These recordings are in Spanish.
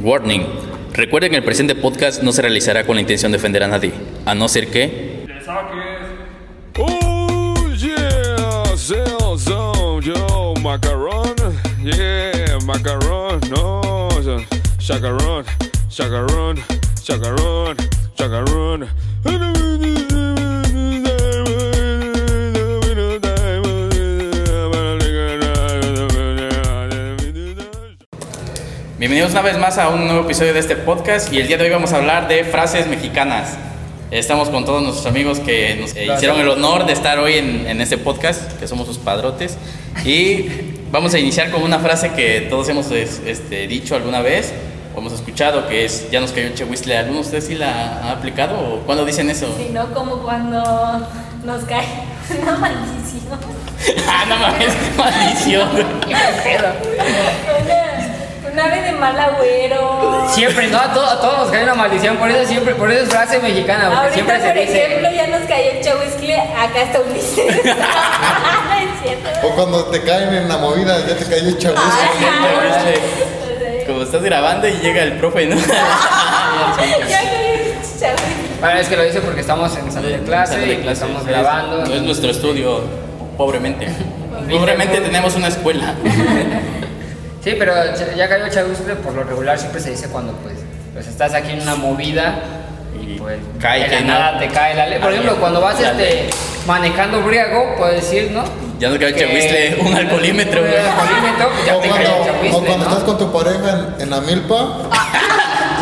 Warning. Recuerden que el presente podcast no se realizará con la intención de ofender a nadie, a no ser que... ¡Le saques! Oh yeah, sell some yo macaron, um yeah macaron, no chacaron, chacaron, chacaron, chacaron. Bienvenidos una vez más a un nuevo episodio de este podcast y el día de hoy vamos a hablar de frases mexicanas. Estamos con todos nuestros amigos que nos eh, hicieron el honor de estar hoy en, en este podcast, que somos sus padrotes. Y vamos a iniciar con una frase que todos hemos es- este, dicho alguna vez o hemos escuchado, que es, ya nos cayó un chehuistle. ¿Alguno de ustedes sí la ha aplicado o cuándo dicen eso? Sino como cuando nos cae una maldición. ah, no mames, maldición. Una, un ave de mal agüero. Siempre, no, a, to- a todos nos cae una maldición, por eso siempre, por eso es frase mexicana, porque Ahorita, siempre se por dice. ejemplo, ya nos cayó el chahuizcle, acá está Ulises. no es cierto. O cuando te caen en la movida, ya te cayó el Ah, chabuz. Ajá. Como estás grabando y llega el profe, ¿no? Ya cayó el chahuizcle. Bueno, es que lo dice porque estamos en salón de clase, Sala de y clases, estamos es- grabando. No es nuestro estudio, pobremente. Pobremente tenemos una escuela. Sí, pero ch- ya cayó Chagustre, por lo regular siempre se dice cuando pues, pues estás aquí en una movida y pues Cae de la que no. nada te cae la ley. Por Ah, ejemplo, ya. cuando vas La este, ley. manejando briago, puedes decir, ¿no? Ya nos cayó el Que- chahuistle, un alcoholímetro. Un alcoholímetro, pues, ya O te cayó el cuando, o chahuistle, cuando ¿no? estás con tu pareja en, en la milpa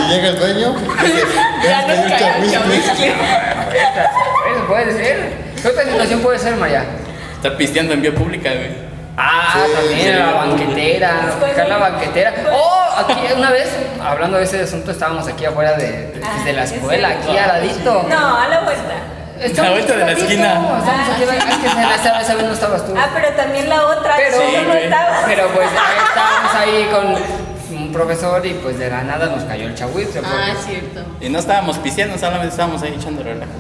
y llega el dueño, ya te cayó el chabuz. Eso puede ser. ¿Qué otra situación puede ser, María? Está pisteando en vía pública, güey. Ah, Sí, también sí. la banquetera, buscar la banquetera. Oh, aquí una vez, hablando de ese asunto, estábamos aquí afuera de, de- de la escuela, aquí al ladito. No, a la vuelta. Estamos A la vuelta de la aquí al esquina. ladito, Estamos aquí, es que esa, esa- esa vez no estabas tú. Ah, pero también la otra. Pero- tú no Sí, estabas. Pero pues estábamos ahí con un profesor y pues de la nada nos cayó el chahuitre. Ah, porque- cierto. Y no estábamos pisteando, solamente estábamos ahí echando relajo.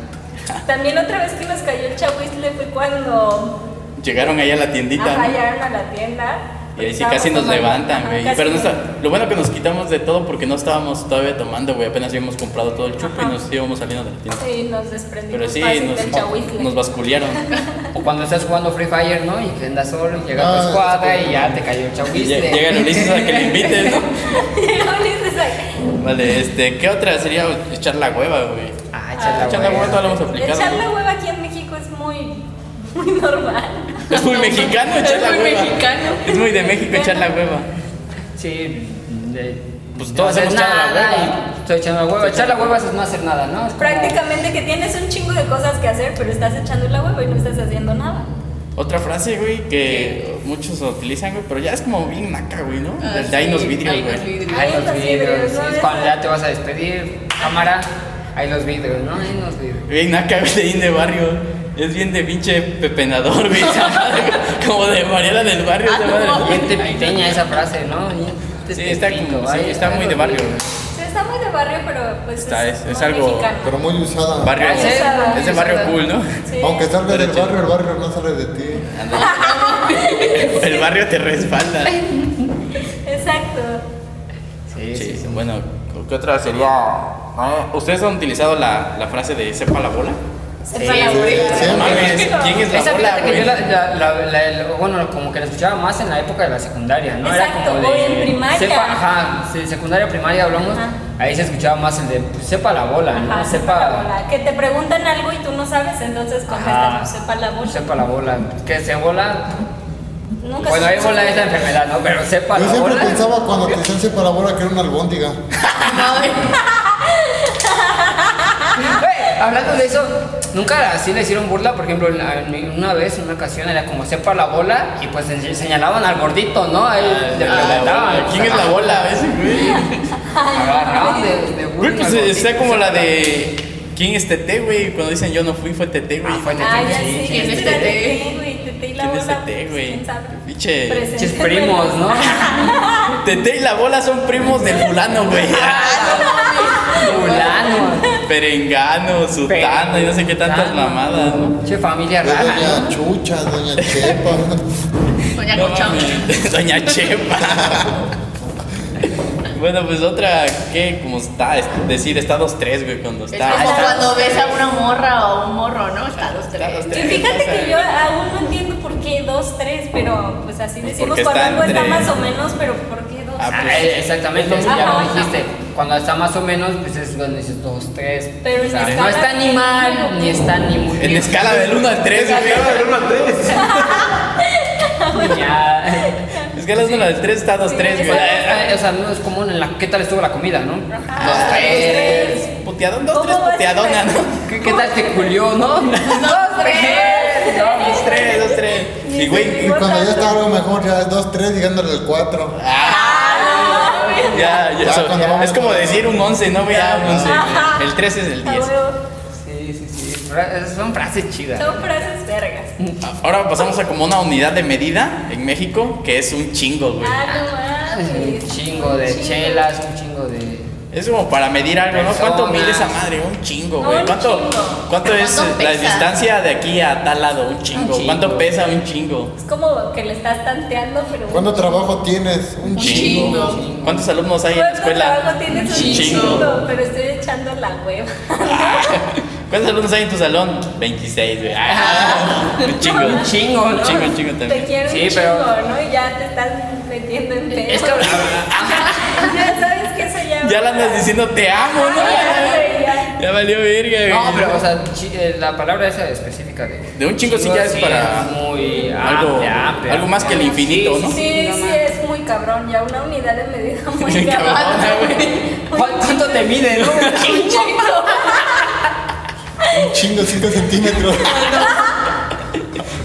También otra vez que nos cayó el chahuizcle fue cuando Llegaron ahí a la tiendita. ajá, ¿no? llegaron a la tienda. Y ahí sí casi nos Estábamos tomando- levantan, ajá, güey. casi Pero no nos- está- lo bueno que nos quitamos de todo porque no estábamos todavía tomando, güey. Apenas habíamos comprado todo el chupe y Ajá. nos íbamos saliendo de la tienda. Sí, nos desprendimos Pero sí, fácil del nos, chahuizle. nos basculearon. O cuando estás jugando Free Fire, ¿no? Y que andas solo, y llega a tu Ah, escuadra y ya te cayó el Y chahuitre. lle- llega el Ulises a que le invites, ¿no? Ulises ahí. Vale, este, ¿qué otra sería echar la hueva, güey? Ah, echar la Echar la hueva, todo lo hemos aplicado. Echar ¿no? la hueva aquí en México es muy, muy normal. Es muy mexicano echar Es la muy hueva. mexicano. Es muy de México echar la hueva. Sí, de- Pues de todos hacer hemos echado la nada hueva. y Estoy echando la hueva. Echar la hueva es no hacer nada, ¿no? Es como- Prácticamente que tienes un chingo de cosas que hacer, pero estás echando la hueva y no estás haciendo nada. Otra frase, güey, que muchos utilizan, güey, pero ya es como bien naca, güey, ¿no? Ah, Desde ahí sí, nos vidrios, ahí nos güey. vidrios. Ahí Ahí los los vidrios. vidrios, sí, ¿no? Es cuando ya te vas a despedir. Cámara, ahí los vidrios, ¿no? Ahí los vidrios. Bien naca, güey, de ahí de barrio. Es bien de pinche pepenador, güey. esa madre, güey. como de Mariana del barrio, Ah, esa Oh. madre. Bien tepiteña esa frase, ¿no? Bien Sí, está, tepito, como, sí, ahí- está ahí muy los de barrio, vidrios. güey. O sea, está muy de barrio, pero pues Está, es, es- es muy algo- mexicano. Pero muy usada. Barrio, Ah, sí, es es de barrio cool, ¿no? Sí. Aunque salgas Pero del chido. barrio, el barrio no sale de ti. El barrio te respalda. Exacto. Sí, sí, Sí, sí. bueno, ¿qué otra sería? Ah, ¿Ustedes han utilizado la, la frase de sepa la bola? Sepa la hueva. sí. No mames, Exacto. ¿quién es la Esa bola, fíjate que güey? yo la, la- la- la- el- bueno, como que la escuchaba más en la época de la secundaria, ¿no? Exacto, Era como de. o en primaria. Sepa, ajá, sí, secundaria, primaria hablamos. Ajá. Ahí se escuchaba más el de pues, sepa la bola, ¿no? Ajá, sepa la bola. Que te preguntan algo y tú no sabes, entonces contestas, Ajá. no sepa la bola. pues, Sepa la bola. Que se bola. Nunca Bueno, se- ahí bola es la enfermedad, ¿no? Pero sepa Yo la siempre bola. pensaba cuando te hacen separabola que era una albóndiga. Güey, hablando de eso, nunca así le hicieron burla. Por ejemplo, en la- en mi- una vez, en una ocasión, era como sepa la bola y pues se- señalaban al gordito, ¿no? Ahí le preguntaban. Ah, ¿Quién es la bola? Ese, güey. Agarraban de, de burla Güey, al pues gordito, está como sepa la de. ¿Quién es Tete, güey? Cuando dicen yo no fui, fue Tete, güey. Ah, fue Tete. Ah, ya Sí, sí, ¿quién es este espérate, Tete? sí, güey, Tete y la ¿Quién bola. es Tete, pues, este güey? quién sabe. Pinche- Presente, Pinches primos, ¿no? Tete y la bola son primos del fulano, güey. Fulano. Perengano, sutano y no sé qué tantas Sutano. mamadas, ¿no? Che, familia Es rara. doña Chucha, doña Chepa. Doña No Cochón. mames, Doña Chepa. Bueno, pues otra, ¿qué? Como está, es decir, está 2-3, güey, cuando Es está. como está- cuando ves a una morra o un morro, ¿no? Está los Está los tres. tres. Que fíjate que yo aún no entiendo por qué dos, tres, pero pues así Pues decimos porque cuando está algo está entre- más o menos, pero ¿por qué dos? Ah, Ah, pues, eh, exactamente, es lo ya mismo. lo dijiste. Cuando está más o menos, pues es cuando dices dos, tres. Pero en ¿sabes? escala no está ni de- mal, ni está ni muy En bien. escala del 1 al 3, güey. Ya. Escala del 1 al 3 está 2-3, Sí, güey. esa- Eh, O sea, no es común en la. ¿Qué tal estuvo la comida, no? Ah, Ah, Dos, tres. Puteadón, dos, ¿Cómo tres, vas a puteadona, saber? ¿no? ¿Qué, qué tal te culió, no? Dos, tres. Dos, tres. Tres, dos, tres. Ni Y, güey, se Y cuando ya está algo mejor, ya es 2-3 llegándole al 4. ah, Ah, ya, ya. Ya, so- cuando vamos- es como decir un 11, no voy a un 11. Ajá. Ah, El 3 es el A 10. huevo. Sí, sí, sí. Fra- esas Son frases chidas. Son frases vergas. Ahora pasamos a como una unidad de medida en México, que es un chingo, güey. Ah, no Un mames. chingo de Un chelas, un chingo de. Es como para medir algo, ¿no? ¿Cuánto Personas. mide esa madre? Un chingo, No, güey. un ¿Cuánto, chingo. ¿Cuánto es ¿Cuánto la pesa? distancia de aquí a tal lado? Un chingo. chingo. ¿Cuánto pesa un chingo? Es como que le estás tanteando, pero. ¿Cuánto trabajo tienes? Un Un chingo. chingo. ¿Cuántos alumnos hay en la ¿Cuánto escuela? trabajo tienes un Un chingo? chingo. Pero estoy echando la hueva. ¿Cuántos alumnos hay en tu salón? 26, güey. Ah, un chingo. Un chingo, ¿no? Un chingo, un chingo Te también. quiero Sí, un pero- chingo, ¿no? Y ya te estás metiendo en pedo. Es que Ya sabes que se llama. Ya le andas diciendo te amo, Ya, ¿no? güey, ya. Ya valió verga, güey. No, pero, o sea, chi- eh, la palabra esa específica de. De un chingo sí ya es para muy algo- amplia, amplia, algo más que el infinito, Sí, ¿no? sí, Sí, no sí, mames. es muy cabrón. Ya una unidad de medida muy Qué cabrona, cabrón. güey. ¿Cuán- ¿Cuánto te mide, no? Un chingo. Un chingo 5 centímetros.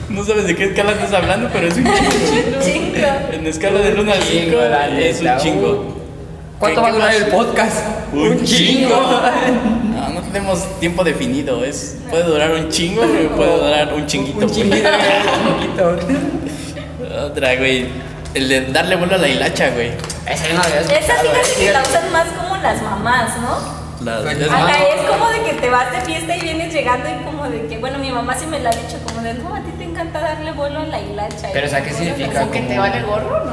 No sabes de qué escala estás hablando, pero es un chingo. Un chingo. En escala del 1 al Chingo, 5 la es un neta, chingo. ¿Qué- ¿Cuánto va a qué durar más? el podcast? Un chingo. No, no tenemos tiempo definido. Es, puede durar un chingo o puede durar un chinguito. Un güey. chinguito. un chinguito. Otra, güey. El de darle vuelo a la hilacha, güey. Esa yo no la había Esa escuchado, fíjate que eh. la usan más como las mamás, ¿no? La- Pues, es ah, más- Acá es como de que te vas de fiesta y vienes llegando y como de que, bueno, mi mamá sí me la ha dicho, como de, no, a ti te encanta darle vuelo a la hilacha. Pero, o sea, ¿qué Cosas significa? así. ¿Que te vale gorro no?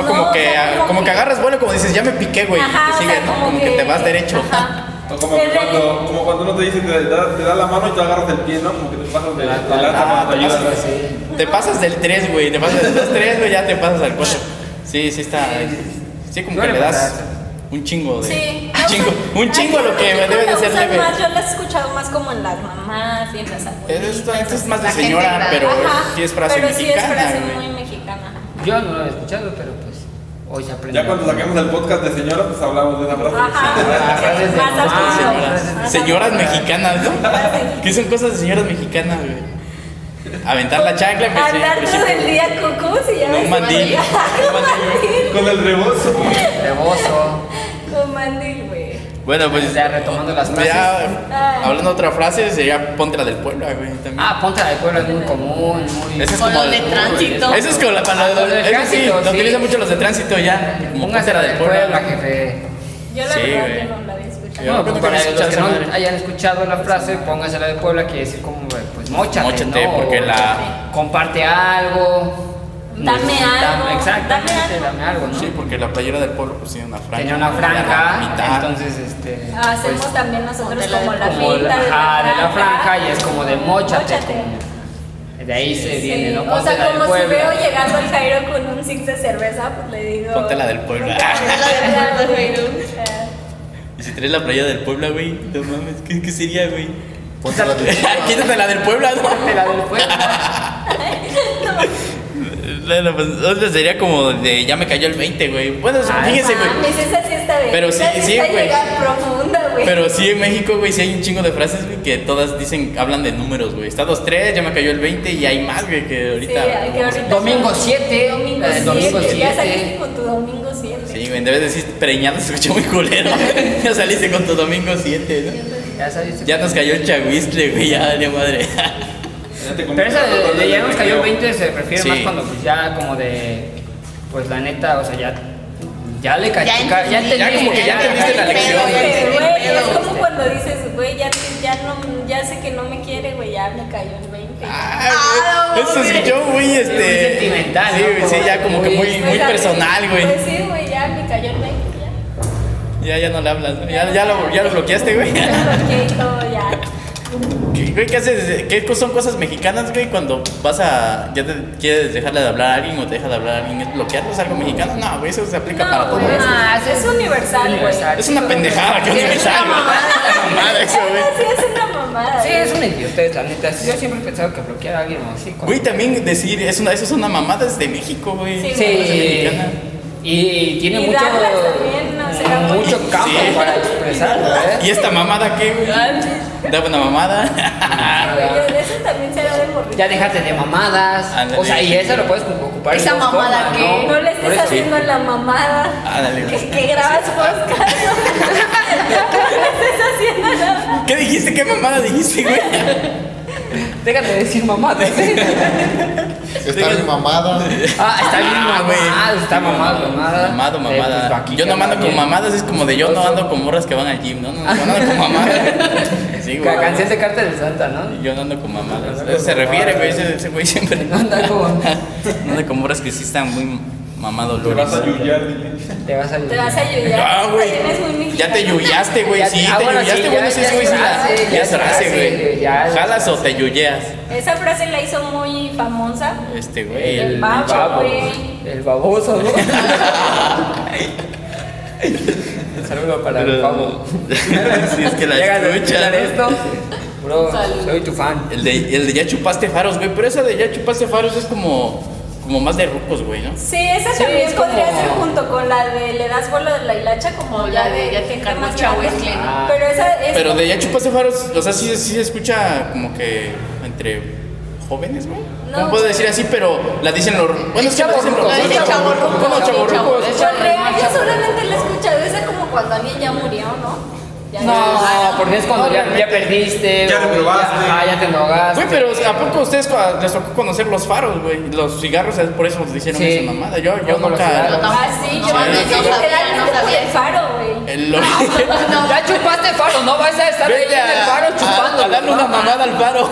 no, como, no, que, o sea, ah, como como que que- agarras vuelo, como dices, ya me piqué, güey. Ajá, Y o sigue, sea, ¿no? como, que, te vas derecho. Ajá. O como, que Pero- cuando, como cuando uno te dice, te da, te da la mano y tú agarras el pie, ¿no? Como que te pasas de, de lanza Ah, cuando te ah, ayudas. ¿no? sí. Te pasas del 3, güey. Te pasas del 2-3, güey, ya te pasas al 4. Sí, sí está. Sí, como que Duele le das pasar. un chingo de. Sí. Un chingo, un chingo a lo que me debe de ser leve. Más, yo la he escuchado más como en las mamás y en las abuelas. Esto, esto es más de La gente señora, grande. pero Ajá, sí es frase pero mexicana. sí es frase güey. muy Ah, mexicana. Yo no lo había escuchado, pero pues hoy se aprende. Ya cuando saquemos el podcast de señora, pues hablamos de esa frase. Ajá. Ah, frases de Más mamá, abuelo. frases Señoras, señoras mexicanas, ¿no? Que son cosas de señoras mexicanas, güey. Aventar la chancla, pues sí, Andar por todo ejemplo. el día con, ¿cómo se llama? Un ese mandil. mandil? Un mandil. Con el rebozo. Rebozo. Un mandil, güey. Bueno, pues Ya retomando las frases. Ya, hablando de otra frase, sería ponte la del pueblo, güey. También. Ah, ponte la de pueblo es muy común, muy. Esa es Con como los de tránsito. Eso es como la Ah, palabra. los de eso sí, tránsito, lo sí. utilizan mucho los de tránsito ya. Como Póngase ponte la de pueblo, jefe. Yo la Sí, verdad güey. que no la había escuchado. Yo Eh, Bueno, creo que para había los que escuchado esa no madre. hayan escuchado la frase, póngase la de Puebla, quiere decir como, pues, mochate, Móchate, ¿no? porque O la- Comparte algo. Dame algo, Exactamente, dame algo. dame algo, ¿no? Sí, porque la playera del pueblo pues tiene una franja. Tenía una era la franja, mitad. entonces, este... Hacemos pues, también nosotros como la como finta la- ajá, de la franja y es como de mochate, como- De ahí se Sí. viene, ¿no? O Ponte la sea, de como si Puebla. veo llegando al Jairo con un six de cerveza, pues le digo. Ponte la del pueblo. La de Puebla, Jairo. Y si traes la playera del pueblo, güey, no mames, ¿qué, qué sería, güey? Ponte la de- Quítate la del pueblo, ¿no? Ponte la del Puebla. Bueno, pues otra sería como de ya me cayó el 20, güey. Bueno, Ay, fíjese, Ah, güey. Mames, Ah, pues esa sí está de. Pero sí, esa sí, está güey. llega profunda, güey. Pero sí, en México, güey, sí hay un chingo de frases, güey, que todas dicen, hablan de números, güey. Está 2-3, ya me cayó el 20 y hay más, güey, que Sí, ahorita. que ahorita- Domingo siete, Domingo la del 7. domingo Ya siete. saliste con tu domingo 7. Sí, güey, debes decir preñado, se escuchó muy culero. ya saliste con tu domingo 7, Ya sabes. este, ¿no? Ya nos cayó el chagüistle, güey, ya valió madre. Ya te Pero esa de, de ya nos cayó el el 20 se refiere Sí. más cuando pues ya como de pues la neta, o sea, ya ya le caché, Ya ya, entendí, entendí, ya como que ya entendiste la entendí, lección. pero ya entendí, Güey, es pero- como cuando dices, güey, ya, ya, no, ya sé que no me quiere, güey, ya me cayó el 20. Ah, güey, Eso se escuchó muy, este. muy sentimental, Sí, ¿no? güey, sí, Como ya como que muy- muy, muy Pues, a mí, personal, güey. Pues sí, güey, ya me cayó el 20. ya. Ya, ya no le hablas. ¿no? Ya, ya, lo, ya lo bloqueaste, güey. bloqueé y todo, ya. ¿Qué, güey, qué haces? ¿Qué co- son cosas mexicanas, güey? Cuando vas a. Ya te quieres dejarle de hablar a alguien o te deja de hablar a alguien, ¿es bloquearlo? ¿Es algo mexicano? No, güey, eso se aplica para No, todo. güey, Ah, sí. es universal, güey. Universal. Es una pendejada, que Sí, es universal, una güey. Una mamada eso, güey. Sí, es una mamada. Sí, güey. es una idiotez, la neta. Yo siempre he pensado que bloquear a alguien así. cuando- Güey, también decir, es una, eso es una mamada es de México, güey. Sí. Es una cosa mexicana. Y tiene Y mucho. darlas también, no, será muy mucho difícil. campo Sí. para expresarlo, ¿eh? ¿Y esta mamada qué, güey? Dame una mamada. Güey, Eso también será de morrito. Ah, Ya déjate de mamadas. Ándale. O sea, y eso lo puedes ocupar. de Esa dos mamada formas, que- No le Por estés eso. haciendo la mamada. Ándale, güey. Que, que grabas podcast. No le estés haciendo la ¿Qué dijiste? ¿Qué mamada dijiste, güey? Déjate de decir mamadas. Está bien mamada. Ah, está bien Ah, güey. mamado, está mamado, mamada. Mamado, Eh, pues, mamada. aquí yo no queda mando con bien. mamadas, es como de yo no ando con morras que van al gym, ¿no? No, yo no ando con mamadas. Sí, güey. La canción de Carta del Santa, ¿no? Yo no ando con mamadas. Eso se refiere, güey. Ese, ese güey siempre. No anda con- No ando con morras que sí están muy mamado Te vas a yuyar, dile. Te vas a Te vas a yuyar. Ah, güey. Tienes muy mexicano. Ya te yuyaste, güey. Ya- Sí, ah, te bueno, yuyaste, sí, güey. ya- no sé ya si, güey, es sí la- frase, Ya ya es es frase, frase, güey. güey, ya es Jalas o frase. te yuyeas. Esa frase la hizo muy famosa. Este, güey. El El, babo, babo. güey. El baboso, ¿no? Un saludo para el babo. sí, es que la Llegas a escuchan. escuchar esto. Bro, Salud. soy tu fan. El de, el de ya chupaste faros, güey. Pero esa de ya chupaste faros es como, como más de rucos, güey, ¿no? Sí, esa Sí, también es como- podría ser junto con la de le das bola de la hilacha como Como la la de de ya te gente más encarnucha, grande. Ah. Wesley, ¿no? Pero esa es Pero de ya chupaste faros, o sea, sí, sí se escucha como que entre jóvenes, güey. No, No puedo sí. decir así, pero la dicen los. Bueno, es que la dicen chavorrucos, los- es chavorrucos, Bueno, sí, chavorrucos. chavorrucos. Pues real, yo solamente la he escuchado. Esa como cuando alguien ya murió, ¿no? Ya No, porque es cuando ya, ya perdiste. Ya te güey, drogaste. ya- Ah, ya te drogaste. Güey, pero ¿a poco a ustedes cua- les tocó conocer los faros, güey? Los cigarros, ¿sabes? por eso dijeron Sí. esa mamada. Yo, yo Como los nunca. cigarros. Ah, sí, yo No, me no, dije no sabía, no literalmente por sabía. el faro, güey. El- lo- Ya chupaste faro, no vas a estar ahí Vete en el a, faro a- chupando. a darle una mamada al faro.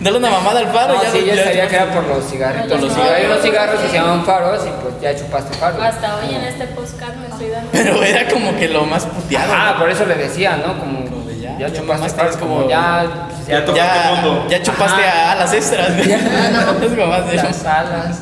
Dale una mamada al faro. No, ya sí, yo ya- sabía que era por los cigarritos. Por los Pero Hay cigarros. unos cigarros que se llaman faros y pues ya chupaste faro. Hasta hoy en este podcast me estoy dando. Pero era como que lo más puteado. Ah, güey. por eso le decía, ¿no? Como, Como de ya, ya ya, chupaste mamaste, faro, es como- como ya, pues, Ya ya, to- Tocaste ya, fondo. ya chupaste Ajá. a, a las extras. güey. Es como más de- las alas.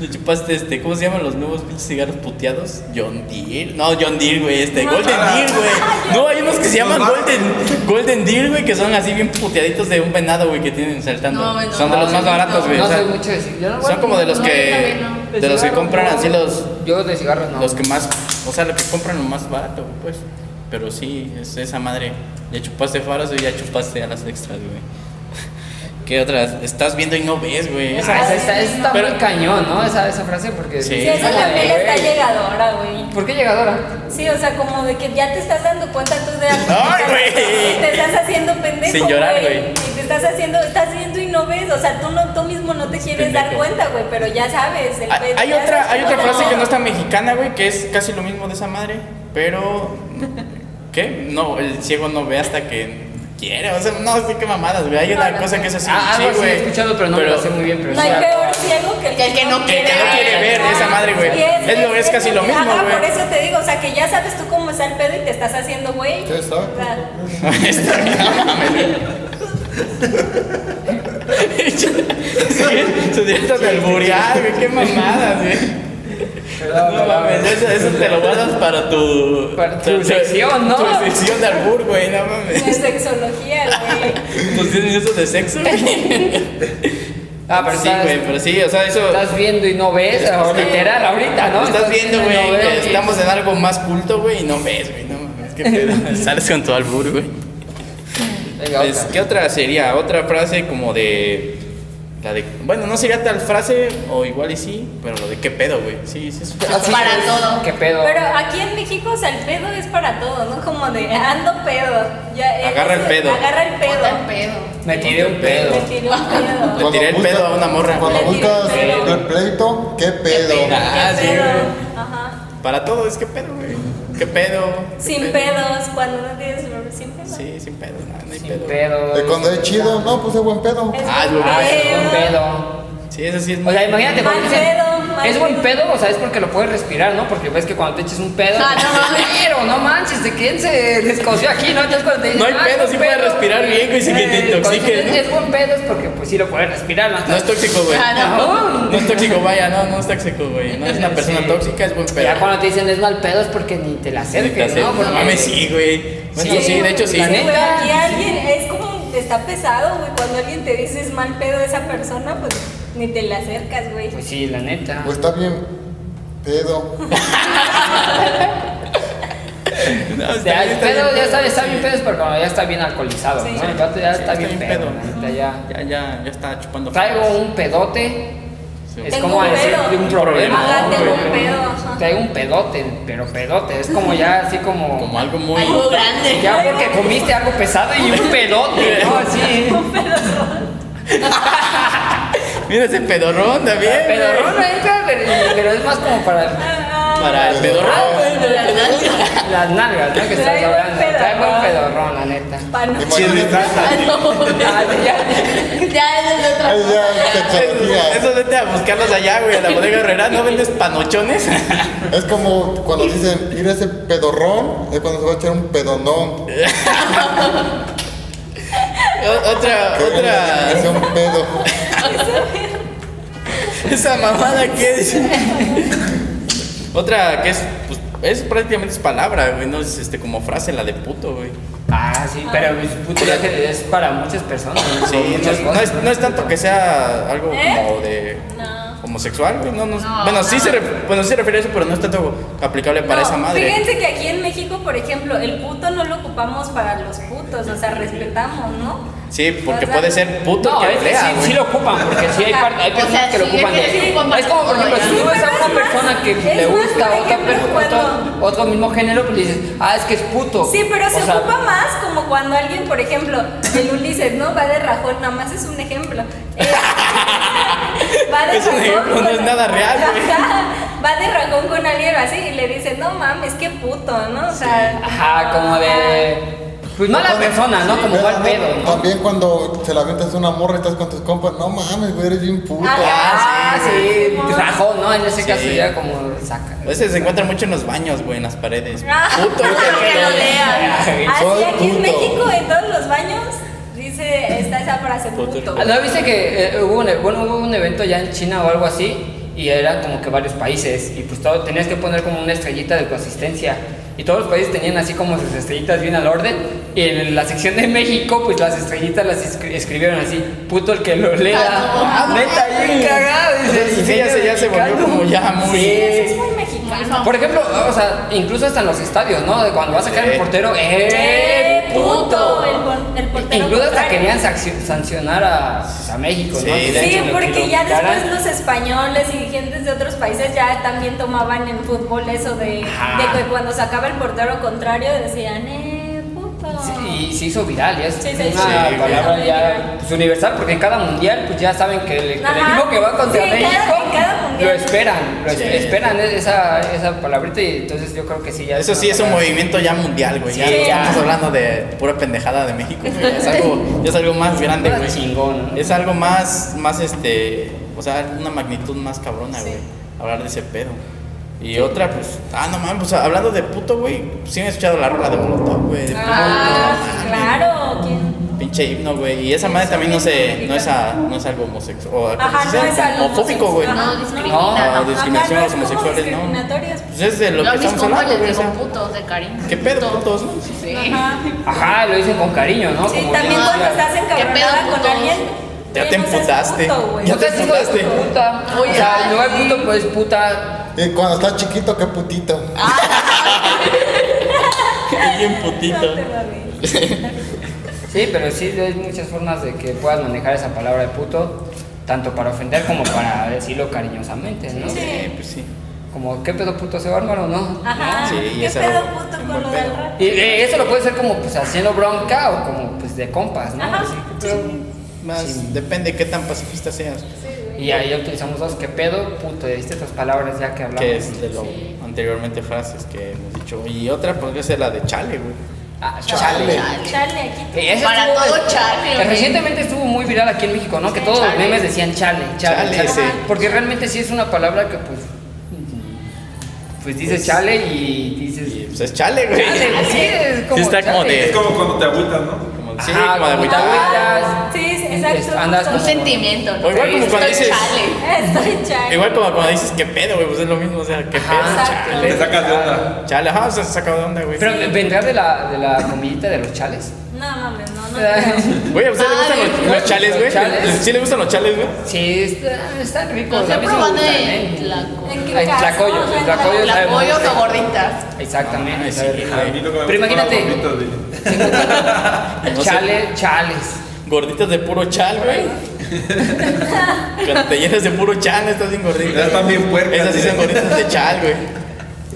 Le chupaste este, ¿cómo se llaman los nuevos pinches cigarros puteados? John Deere. No, John Deere, güey, este, Golden Deere, güey. No, hay unos que se llaman Golden, Golden Deere, güey, que son así bien puteados de un venado, güey, que tienen saltando. No, no, son de los no, más no, baratos, güey. No o sea, soy mucho de cigarros. son como de los no, que yo también no. de los que compran así los Yo de cigarros no. los que más, o sea, los que compran lo más barato, güey, pues. Pero sí, es esa madre. Ya chupaste faros y ya chupaste a las extras, güey. ¿Qué otras? Estás viendo y no ves, güey. Esa- Ah, esa, esa- esa está Pero- muy cañón, ¿no? Esa, esa frase porque... Sí. Sí, esa también está llegadora, güey. ¿Por qué llegadora? Sí, o sea, como de que ya te estás dando cuenta tú de algo. ¡Ay, güey! Te estás haciendo pendejo. Sin llorar, güey. Y te estás haciendo, estás viendo y no ves. O sea, tú, no, tú mismo no te quieres dar Pendejo. cuenta, güey, pero ya sabes. el Hay, pe- hay ya otra, sabes hay cómo otra no. frase que no está mexicana, güey, que es casi lo mismo de esa madre, pero ¿qué? No, el ciego no ve hasta que quiere, o sea, no sé qué mamadas, güey. Hay una cosa que es así, Ah, algo sí, así güey. he escuchado, pero no me lo sé muy bien. Pero No sí. hay peor ciego que el Que el que no que, que no quiere ver esa madre, güey. Sí, Es, lo- es casi lo mismo, Ajá, por güey. eso te digo, o sea, que ya sabes tú cómo está el pedo y te estás haciendo, güey. Sí, está. O sea, Sí, Su dieta de alburear, güey, qué mamadas, güey. No mames, eso, eso te lo guardas para tu... Para tu sección, ¿no? Tu sección de albur, güey, no mames. de sexología, güey. ¿Tus 10 minutos de sexo? Ah, pero sí, estás- güey, pero sí, o sea, eso... Estás viendo y no ves, o literal, ahorita, ¿no? estás viendo, güey, y no que ves. estamos en algo más culto, güey, y no ves, güey, no mames, qué pedo. Sales con tu albur, güey. Venga, Pues, otra. ¿Qué otra sería? Otra frase como de... La de, bueno, no sería tal frase, o igual y sí, pero lo de qué pedo, güey. Sí, sí, es Ah, Para todo. pues, ¿Qué pedo? Pero aquí en México, o sea, el pedo es para todo, ¿no? Como de ando pedo. Ya, eh, Agarra el eso, pedo. Agarra el pedo. Ponte al pedo. Me tiré un pedo. Me tiró un Le pedo. tiré el buscas- pedo a una morra. Cuando Le tiré el buscas pedo. el pleito, ¿qué pedo? pedo. Ah, ¿Qué sí, pedo? güey. Ajá. Para todo es qué pedo, güey. ¿Qué pedo? ¿Qué Sin pedos, cuando no tienes sin pedos. Sí, sin pedo, no, no hay Sin pedo. pedo. Eh, Cuando es chido, no, pues es buen pedo. Es Ah, buen lo- Ah, sí, un pedo. Sí, eso sí es O sea, imagínate cuando Mal dicen, pedo. mames. Es buen pedo, o sea, es porque lo puedes respirar, ¿no? Porque ves que cuando te eches un pedo. Ah, no mames. Pero no manches, ¿de quién se descoció aquí, no? Entonces cuando te No hay dicen, "Ah, pedo, es sí buen puedes respirar bien, güey, sin que te Eh, cuando intoxiques, dices, ¿no? Es buen pedo, es porque pues sí lo puedes respirar, ¿no? No es tóxico, güey. Ah, No. No es tóxico, vaya, no, no es tóxico, güey. No es una persona Sí. tóxica, es buen pedo. Ya cuando te dicen es mal pedo es porque ni te la Ni te acerques, hace- ¿no? Porque- No mames, sí, güey. Bueno, sí, de hecho sí. La Güey, neta. aquí alguien es como está pesado, güey. Cuando alguien te dice es mal pedo de esa persona, pues ni te la acercas, güey. Pues sí, la neta. O está bien pedo. No, O está sea, el bien, está pedo bien. ya está, está bien pedo, es porque cuando ya está bien alcoholizado, Sí. ¿no? El vato ya Sí, está, bien, pedo, la neta, ya. Ya, ya, ya está chupando. Traigo un pedote. Sí. Es Tengo como un decir pedo. de un problema. Ajá, ¿no? tengo Pero- un pedo, ajá. Traigo un pedote, pero pedote. Es como ya así como. Como algo muy. Algo grande. Ya porque comiste algo pesado y un pedote, ¿no? Así. Mira ese pedorrón también. güey. Pedorrón entra, pero, pero es más como Ah, para Para el pedorrón, güey. La nalga. las nalgas, ¿no? Que estás Traigo un hablando. Traigo pedorrón. un pedorrón, la neta. Pa' no- Imagínate. Ah, no. Ah, ya. Ya es otra Ay, cosa. ya, cacharrería. Eso vete a buscarlas allá, güey, a la bodega Herrera. ¿No vendes panochones? Es como cuando dicen, mira ese pedorrón, es cuando se va a echar un pedonón. O- otra, Que otra. Es un pedo. Esa mamada que es. Otra que es, pues, es prácticamente es palabra, güey, no es este, como frase la de puto, güey. Ah, sí, pero pues, puto ya que es para muchas personas. ¿no? Sí, Por no muchas es, no es- no es tanto que sea algo como de No. homosexual, güey, no, no, No, bueno, sí no. se ref- bueno, sí se refiere a eso, pero no es tanto aplicable para No, esa madre. Fíjense que aquí en México, por ejemplo, el puto no lo ocupamos para los putos, o sea, respetamos, ¿no? Sí, porque O sea, puede ser puto No, que es que lea, sí, güey. sí lo ocupan, porque sí hay, par- hay O personas sea, que lo sí, ocupan. es que de- sí ocupan es como, por ejemplo, todo, si tú ya. ves a una Pero es persona que más- le es más, gusta por otra ejemplo, persona, otro, cuando- otro mismo género, pues le dices, ah, es que es puto. Sí, pero se O sea, ocupa más como cuando alguien, por ejemplo, el Ulises, ¿no? Va de rajón, nada más es un ejemplo. Eh, va Es un ejemplo, no es nada real, güey. Ajá, Va de rajón con alguien así y le dice, no mames, qué puto, ¿no? O sea, Ajá, como de. Pues mala persona, ¿no? Como mal pedo, ¿no? También cuando se la aventas una morra y estás con tus compas, no mames, güey, eres bien puto. Ah, sí, sí. rajón, ¿no? En ese caso Sí. ya como saca. A veces se encuentra mucho en los baños, güey, en las paredes. Ah, Puto, que lo lea. Soy Así aquí puto. en México, en todos los baños, dice, está esa frase, Puto. puto. Ah, ¿No viste que eh, hubo, un, bueno, hubo un evento ya en China o algo así? Y eran como que varios países. Y pues todo, tenías que poner como una estrellita de tu asistencia. Y todos los países tenían así como sus estrellitas bien al orden. Y en la sección de México, pues las estrellitas las escri- escribieron así: puto el que lo lea. Ah, no. Neta, bien cagado. Sí, sí, ya se- ya se volvió como ya muy- Sí. Eso es muy mexicano. Eh, Por ejemplo, o sea, incluso hasta en los estadios, ¿no? De cuando va a sacar Sí. el portero, ¡eh, ¡Eh, puto! puto! El, por- el portero. Incluso hasta contrario. querían sancio- sancionar a, pues, a México, Sí, ¿no? de Que Sí, lo- que porque lo ya después quitaran. los españoles y gentes de otros países ya también tomaban en fútbol eso de, Ajá. de que cuando sacaba el portero contrario decían, eh, puto. Sí, y se hizo viral, ya es Sí, se una hizo viral. palabra Sí, ya viral. pues, universal, porque en cada mundial pues ya saben que el, que el Ajá. equipo que va contra Sí, cada- México en cada mundial. lo esperan, lo Sí. espe- esperan e- esa, esa palabrita y entonces yo creo que sí ya Eso sí es un palabra. movimiento ya mundial, güey. ya Sí, no ya. estamos hablando de pura pendejada de México, güey. ya Es algo, ya es algo más grande, Pura güey. chingón, ¿no? Es algo más, más este, o sea, una magnitud más cabrona, Sí. güey. Hablar de ese pedo. Y otra, pues, ah, no mames, pues hablando de puto, güey, sí me he escuchado la rola de Molotov, güey. de Ah, puto, no mames, claro. ¿quién? Pinche himno, güey. Y esa madre también no se, no es, a- no es algo homosexual. o- Ajá, ¿cómo se no dice? es algo pues homofóbico, güey. homosexual. No, No, discrimina. no, discriminación a los Ajá, no es como Ah, homosexuales, no. discriminatorias. Pues es de lo Lo que mis estamos compas hablando, les güey. o sea, digo putos de cariño. ¿Qué pedo, putos, no? Sí. Ajá. Ajá, lo dicen con cariño, ¿no? Sí, Como también que- cuando estás ¿Qué encabronada pedo, con puto? alguien. Ya eh, te no seas emputaste. puto, güey. Ya te Putas, chingaste. Puta. Oye, o sea, ay, no hay sí. puto, pues puta. Y cuando estás chiquito, qué putito. Ah, Es bien No putito. te mames. Sí, pero sí hay muchas formas de que puedas manejar esa palabra de puto, tanto para ofender como para decirlo cariñosamente, ¿no? Sí, pues sí. Como, ¿qué pedo puto se va a armar o no? Ajá. Sí, y ¿Qué es pedo algo- puto es con buen lo del pedo. rap? Y eh, eso lo puede ser como pues haciendo bronca o como pues de compas, ¿no? Ajá, Así, sí. Más, depende qué tan pacifista seas. Y ahí ya utilizamos dos, ¿qué pedo puto? Y estas palabras ya que hablamos. pues, Que es de lo anteriormente frases que hemos dicho. Y otra podría ser la de chale, güey. Ah, Chale. Chale, aquí te- Sí, ese Para estuvo- todo chale, que güey. Recientemente estuvo muy viral aquí en México, ¿no? Que Sí, todos los chale. memes decían chale, chale, Chale, chale. sí. Porque realmente sí es una palabra que pues. Pues dices chale y Y, dices. pues es chale, güey. Chale, sí, es como Sí está como chale. de- Es como cuando te agüitas, ¿no? Como- sí, Ajá, como de como agüita. te agüitas. Sí, sí, exacto. Andas Un como- sentimiento, ¿no? O igual como Estoy cuando dices- chale. Estoy chale. Igual como cuando dices, ¿qué pedo, güey? Pues es lo mismo, o sea, ¿qué pedo? Ajá. Te Chale. sacas de onda. Chale, ajá, o sea, se sacó de onda, güey. Pero vendrá de la, de la comidita de los chales. No mames, no, no creo. Güey, ¿a usted le gustan los, los chales, güey? Los chales. ¿Sí le gustan los chales, güey? Sí, está- están ricos. Lo a estoy mí sí me probando gustan, en ¿eh? tlaco. ¿En Ah, qué en caso? Tlacoyo, en en Tlacoyo Tlacoyo. sabe Tlacoyo muy rico. o gorditas. Exactamente. Ay, Ah, sí, sabe rico. A mí lo que me Pero gustan imagínate. son las gorditas, güey. No sé. Chale, chales. Gorditas de puro chal, güey. Cuando te llenas de puro chal, estás bien gordita. Ya están güey. bien puercas, Esas sí ¿eh? son gorditas de chal, güey.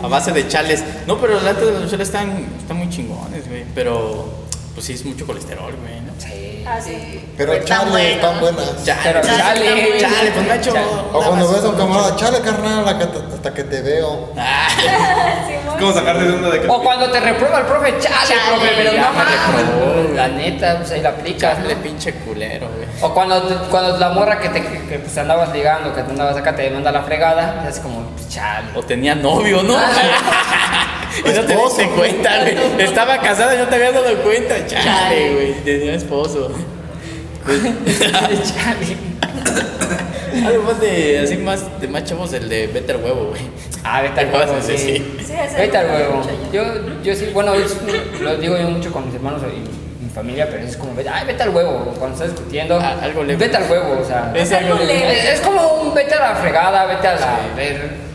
A base de chales. No, pero las de los chales están, están muy chingones, güey. Pero, pues sí, es mucho colesterol, güey. ¿no? Sí. Ah, sí. Pero pues Están chale, buenas. están buenas. Chale, Pero chale, chale. chale, pues macho. Chale. O cuando ves a un camarada, chale, carnal, hasta que- hasta que te veo. Es como sacarte de onda de que. O cuando te reprueba el profe, chale, Chale, profe, pero ya no me mames. reprobó. La neta, pues ahí la aplicas, ¿no? Chale, pinche culero, güey. O cuando, te- cuando la morra que te que, que, pues, andabas ligando, que te andabas acá, te manda la fregada, y así como, pues, chale. O tenía novio, ¿no? y no te diste Esposo. cuenta, güey. Estaba casada y no te habías dado cuenta. Chale, Chale. güey. Tenía esposo. chale. Algo más de, así más, de más chavos, el de Better Huevo, güey. Ah, vete al ¿Qué pasa? huevo, Sí, sí. sí. Sí, ese Vete al no lo huevo. escucho yo. Yo, yo sí, bueno, es- lo digo yo mucho con mis hermanos y mi familia, pero es como, vete- ay, vete al huevo. Cuando estás discutiendo, Ah, algo leve. vete al huevo, o sea. Es algo Ándale. de- Es, es como un vete a la fregada, vete a la. ver-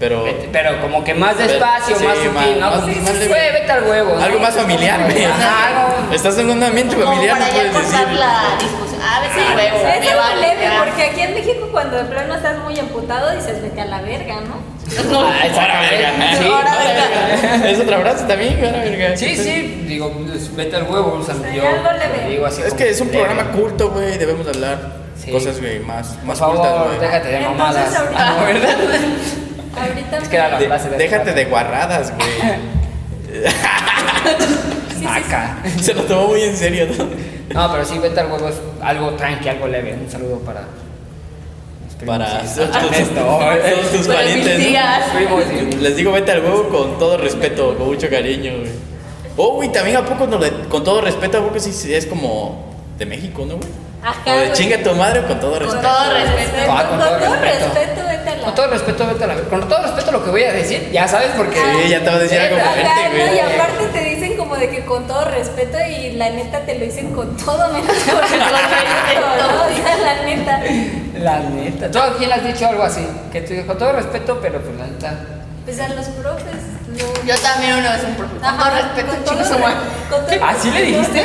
Pero vete- pero como que más Pero- despacio, sí, más sutil, ¿no? más- Como, más leve. "Güey, vete al huevo. ¿no? algo más familiar, güey. Ajá, algo- Estás en un ambiente Como familiar, no para ya puedes decir. cortar la discusión. Ah, A veces huevo, Ah, Sí, me es algo vale. leve, ya. porque aquí en México cuando de plano estás muy emputado dices vete a la verga, ¿no? No, Ah, Ahora, verga. exactamente. Sí, Sí. Ahora, verga. Es otra frase también, ahora, verga. Sí, sí, digo, pues, vete al huevo, o sea, Sí, yo algo leve. lo digo así. Es como que es un leve. programa culto, güey. Debemos de hablar Sí. cosas, güey, más, Por más cultas, favor, güey. déjate de Entonces, mamadas. ahorita- Ah, no, ¿verdad? Ahorita Es que era la De- frase de. déjate de guarradas, güey. Acá. Se lo tomó muy en serio, ¿no? No, pero sí, vete al huevo es algo tranqui, algo leve. Un saludo para. mis primos ah, Para y- todos tus Para mis parientes. ¿no? tías. Primos y- Les digo vete al huevo con todo respeto, con mucho cariño, güey. Oh, güey, también a poco no le- con todo respeto, a poco sí, sí es como de México, ¿no, güey? Ajá, o de güey. chinga tu madre con todo respeto. todo respeto. Ah, con Con todo todo respeto. respeto, vete a la Con todo respeto, vete a la Con todo respeto, lo que voy a decir, ya sabes porque. Sí, ya te voy a decir algo Ajá, fuerte, no, güey. y aparte te dicen como de que con todo respeto y la neta te lo dicen con todo menos con todo respeto, ¿no? O sea, la neta. La neta. ¿Tú a quién le has dicho algo así? Que tú dices, con todo respeto, pero pues la neta. Pues a los profes, no. Yo también una vez un profesor. Con todo respeto, con todo chicos, re- con todo ¿Así ¿Ah, le respeto. dijiste?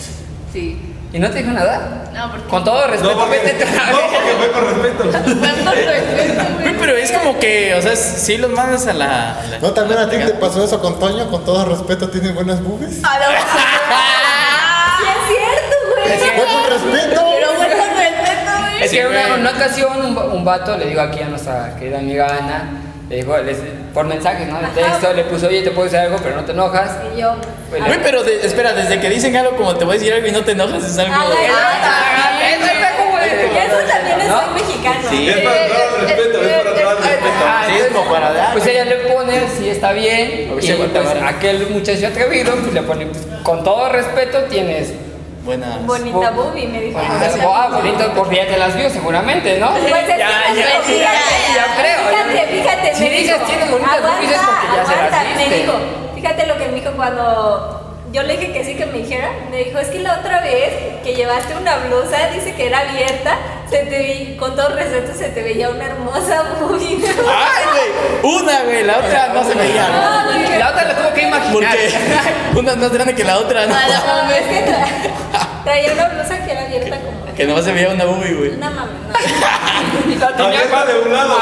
Sí. ¿Y no te dijo nada? No, porque. Con todo respeto, No, porque, vete otra no, vez. porque fue con respeto. Con todo respeto, Güey, pero es como que, o sea, sí los mandas a la. a la- ¿No también a ti la- te pasó eso con Toño? Con todo respeto, ¿tiene buenas boobies? A Ah, Sí, la- es cierto, güey. ¡Fue con respeto! Pero fue con respeto, güey. Es Sí, que una, güey. una ocasión un, va- un vato le digo aquí a nuestra querida amiga Ana, le dijo, les- por mensajes, ¿no? De Ajá. texto, le puso, oye, te puedo decir algo, pero no te enojas. Pues Y yo. Güey, Güey, pero de- espera, desde que dicen algo como te voy a decir algo y no te enojas, es algo. Ah, la- Ah, ah, eso está como de- Eso también es ¿No? muy mexicano. Sí. Es para todo el respeto, es para todo el respeto. Ah, Sí, es como para dar. Pues ella le pone, sí está bien. A ver Y si aguanta pues, vara. aquel muchacho atrevido pues, le pone, pues, con todo respeto tienes. Buenas. Bonita Bubi me dijo. Ah, bonito, porque ya te las vio seguramente, ¿no? Pues es que no sé, ya, fíjate, ya creo. Fíjate, fíjate. Si me dices dijo, tienes bonitas aguanta, boobies es porque ya se las aguanta, viste. Me dijo, fíjate lo que me dijo cuando yo le dije que sí que me dijera. Me dijo, es que la otra vez que llevaste una blusa, dice que era abierta, se te vi, con todo respeto, se te veía una hermosa boobie. Ah, ¡Ay, güey! Una, güey, la otra no se veía. No, dije, La otra la tuvo que imaginar. Porque una es más grande que la otra, ¿no? A la- no, es que tra- traía una blusa que era abierta como... Que nomás se veía una boobie, güey. Una mami, no. La tenía Abierta de un lado.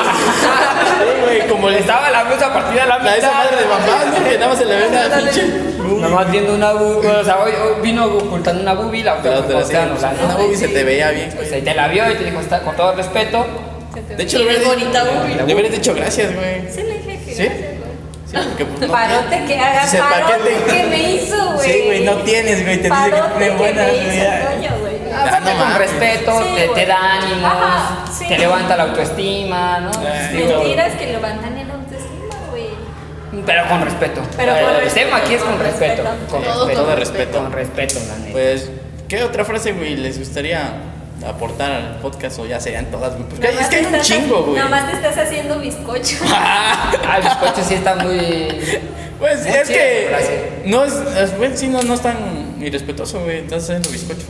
Sí, güey, como le estaba Estaba la blusa partida a la la mitad. de esa madre de mamá, ¿no? Que nada más se le ve una pinche. Nomás viendo una bubi, o sea, hoy, hoy vino ocultando una bubi, la La otra otra sí, ocultándola, ¿no? una boobie se te veía bien, O güey. sea, y Pues te la vio y te dijo, está, con todo respeto, Se te De ve. hecho, Y le hubieras ves dicho- bonita boobie. le hubieras dicho gracias, güey. Sí, le dije que ¿Sí? gracias, güey. Sí, porque pues no. Parote que haga, Dice, ¿para qué parote te- que me hizo, güey. Sí, güey, no tienes, güey, te dice que parote tiene buenas, me güey, hizo ya. Ah, Toño, güey. Aparte no con mames. respeto, Ah, Sí, te, güey. te da ánimos, Ajá, sí. te levanta la autoestima, ¿no? Eh, Sí, todo. Mentiras que levantan el autoestima, güey. Pero con respeto. Pero con el respeto, tema aquí es con con respeto. respeto. Con Todo respeto. con respeto. Con respeto, la neta. Pues, ¿qué otra frase, güey, les gustaría aportar al podcast o ya serían todas, güey? Porque Nomás es que hay te un estás- chingo, güey. Nomás te estás haciendo bizcocho. Ah, el bizcocho sí está muy. Pues Muy es chida que esa frase. no es, es- güey, sí, no, no es tan irrespetuoso, güey. Estás haciendo bizcocho.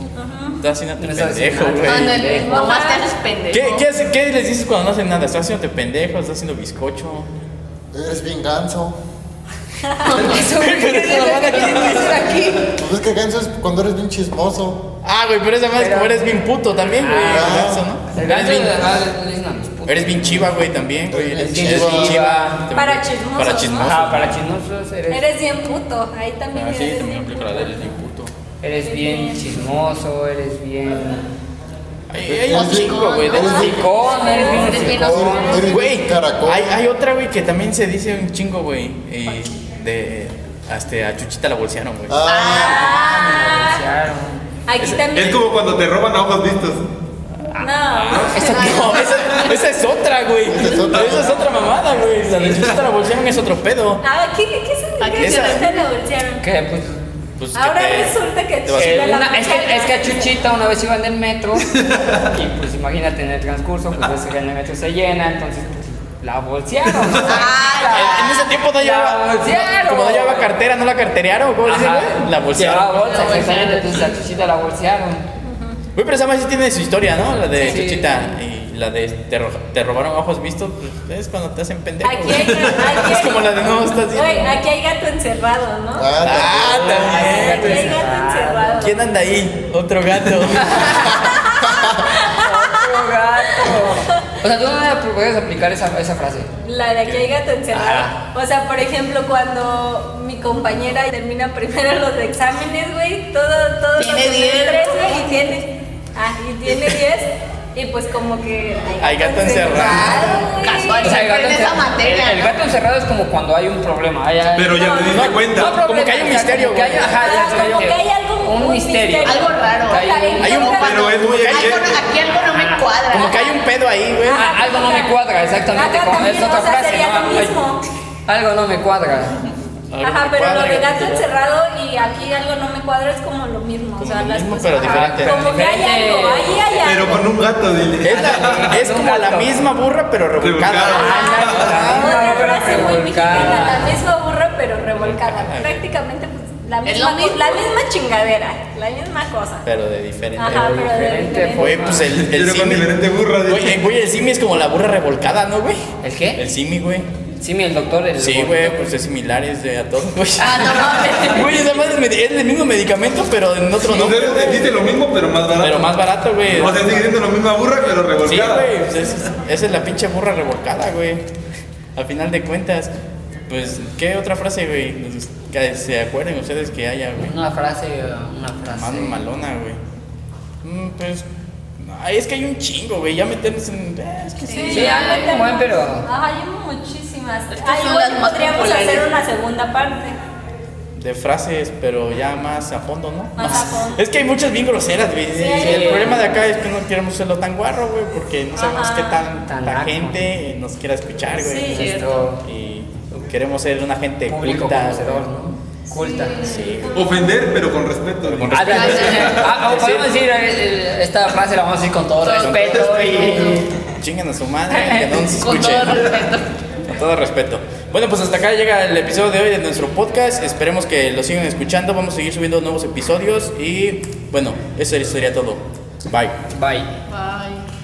Estás haciendo No sabes pendejo, nada. Ah, güey. Ándale, nomás te haces pendejo. ¿Qué, qué, hace- qué les dices cuando no hacen nada? ¿Estás haciéndote pendejo? ¿Estás haciendo bizcocho? Eres bien ganso. Eso, güey, ¿qué es lo que tienes que hacer aquí? Pues es que ganso es cuando eres bien chismoso. Ah, güey, pero esa madre es como eres bien puto también, güey. Ah. Eso, ¿no? El Eres gancho bien, de la- es una disputa. eres bien chiva, güey, también, güey. Eres Eres bien eres bien chiva. chiva. Para chismosos, Para ¿no? chismosos. Ajá, para chismosos eres, eres, Eres bien puto. Ahí también Ah, eres sí, bien también aplico la puto. de eres bien puto. bien chismoso, eres bien. Hay, hay un Eres bien- chingo, güey. de- eres bien- Con, eres bien. Eres bien Eres- oscuro. eres Güey, bien caracol. hay, hay otra, güey, que también se dice un chingo, güey. eh, de. Hasta a Chuchita la bolsearon, güey. Ah, Ah, Claro. aquí también. Es como cuando te roban a ojos vistos. No. Ah, Esa, no, esa, esa es otra, güey. Esa es otra. Esa es otra mamada, güey. La de Chuchita la bolsearon es otro pedo. Ah, ¿qué, qué se Aquí dedica? esa- Ahorita la bolsearon. Que pues. Pues, que Ahora te- resulta que te vas a- eh, Chuchita la una- es, que, bolsearon. es que a Chuchita una vez iba en el metro. y pues imagínate en el transcurso, pues ves que en el metro se llena, entonces pues, la bolsearon. En en ese tiempo no La llevaba. bolsearon. Como no llevaba cartera, no la carterearon, ¿cómo dicen, Ajá. güey? La Llevaba bolsearon. bolsa, La exactamente, bolsearon. entonces la chuchita la bolsearon. Güey, pero esa más sí tiene su historia, ¿no? La de Sí. Chuchita y la de te, ro- te robaron ojos vistos, pues, es cuando te hacen pendejo. Aquí güey. hay, aquí Es hay- como la de no, estás bien. Güey, aquí hay gato encerrado, ¿no? ah, Ah, también. aquí hay gato encerrado. ¿Quién anda ahí? Otro gato. O sea, tú no le puedes aplicar esa, esa frase. La de aquí hay gato encerrado. O sea, por ejemplo, cuando mi compañera termina primero los exámenes, güey, todo, todo. Tiene los 10. semestres, güey, y tiene. Ah, y tiene 10. Y pues como que. Hay gato encerrado. güey. Casual. O sea, el gato Pero en esa encer- materia, El, el ¿no? gato encerrado es como cuando hay un problema. Hay, hay- Pero ya te diste cuenta. problema, Como que hay un o sea, misterio, como que güey. hay- ajá, Ah, exacto, como que hay algo- Un un misterio. misterio. Algo raro. Hay un- Hay un- Pero es muy Algo no- evidente. Aquí algo no me cuadra. Como que hay un pedo ahí, güey. Ah, algo no me cuadra, exactamente. Ajá, como también, es otra o sea, frase, sería ¿no? lo Ay, mismo. algo no me cuadra. Ajá, pero lo de gato encerrado encerrado y aquí algo no me cuadra es como lo mismo. o sea, lo las mismo, cosas- pero ajá, diferente. Como que hay Diferente. algo, ahí hay algo. Pero con un gato, dile. Es, la- es Un como la gato. misma burra, pero Revolcada. revolcada. Ah, Otra pero frase muy revolcada. mexicana, la misma burra pero revolcada. Prácticamente pues, la, Es misma, lo mismo. la misma chingadera, la misma cosa. Pero de diferente. Ajá, pero de diferente. diferente forma. Güey, pues el, el Pero con simi- diferente burra, dile. Güey, eh, güey, el simi es como la burra revolcada, ¿no, güey? ¿El qué? El simi, güey. Sí, mi el doctor. El Sí, güey, pues es similar es de a todo, güey. Ah, no mames. Güey, esa madre es med- es el mismo medicamento, pero en otro O nombre. sea, te diste lo mismo, pero más barato. Pero más barato, güey. O sea, sigue siendo la misma burra, pero Sí, revolcada. güey, pues es- esa es la pinche burra revolcada, güey. Al final de cuentas, pues, ¿qué otra frase, güey? Pues, Que se acuerden ustedes que haya, güey. Una frase, una frase. Mano malona, güey. Mm, pues, ay, es que hay un chingo, güey. Ya meternos en. eh, es que sí. Sí, hay un buen, pero- Ajá, hay muchísimas. Estas Ay, son güey, las más podríamos populares. hacer una segunda parte. De frases, pero ya más a fondo, ¿no? Más a fondo. Es que hay muchas bien groseras, güey. Sí. El problema de acá es que no queremos serlo tan guarro, güey, porque no sabemos Ajá. qué tan, Tan la naco. gente nos quiera escuchar, güey. Sí. Esto, Y queremos ser una gente público culta. conocedor, ¿no? Culta. Sí, güey. Ofender, pero con respeto. Con Ah, respeto. ah, sí, sí. Ah, o podemos decir, eh, eh, esta frase la vamos a decir con todo respeto y... Chinguen a su madre, que no nos Con escuchen. todo respeto. Con todo respeto. Bueno, pues hasta acá llega el episodio de hoy de nuestro podcast. Esperemos que lo sigan escuchando. Vamos a seguir subiendo nuevos episodios. Y bueno, eso sería todo. Bye. Bye. Bye.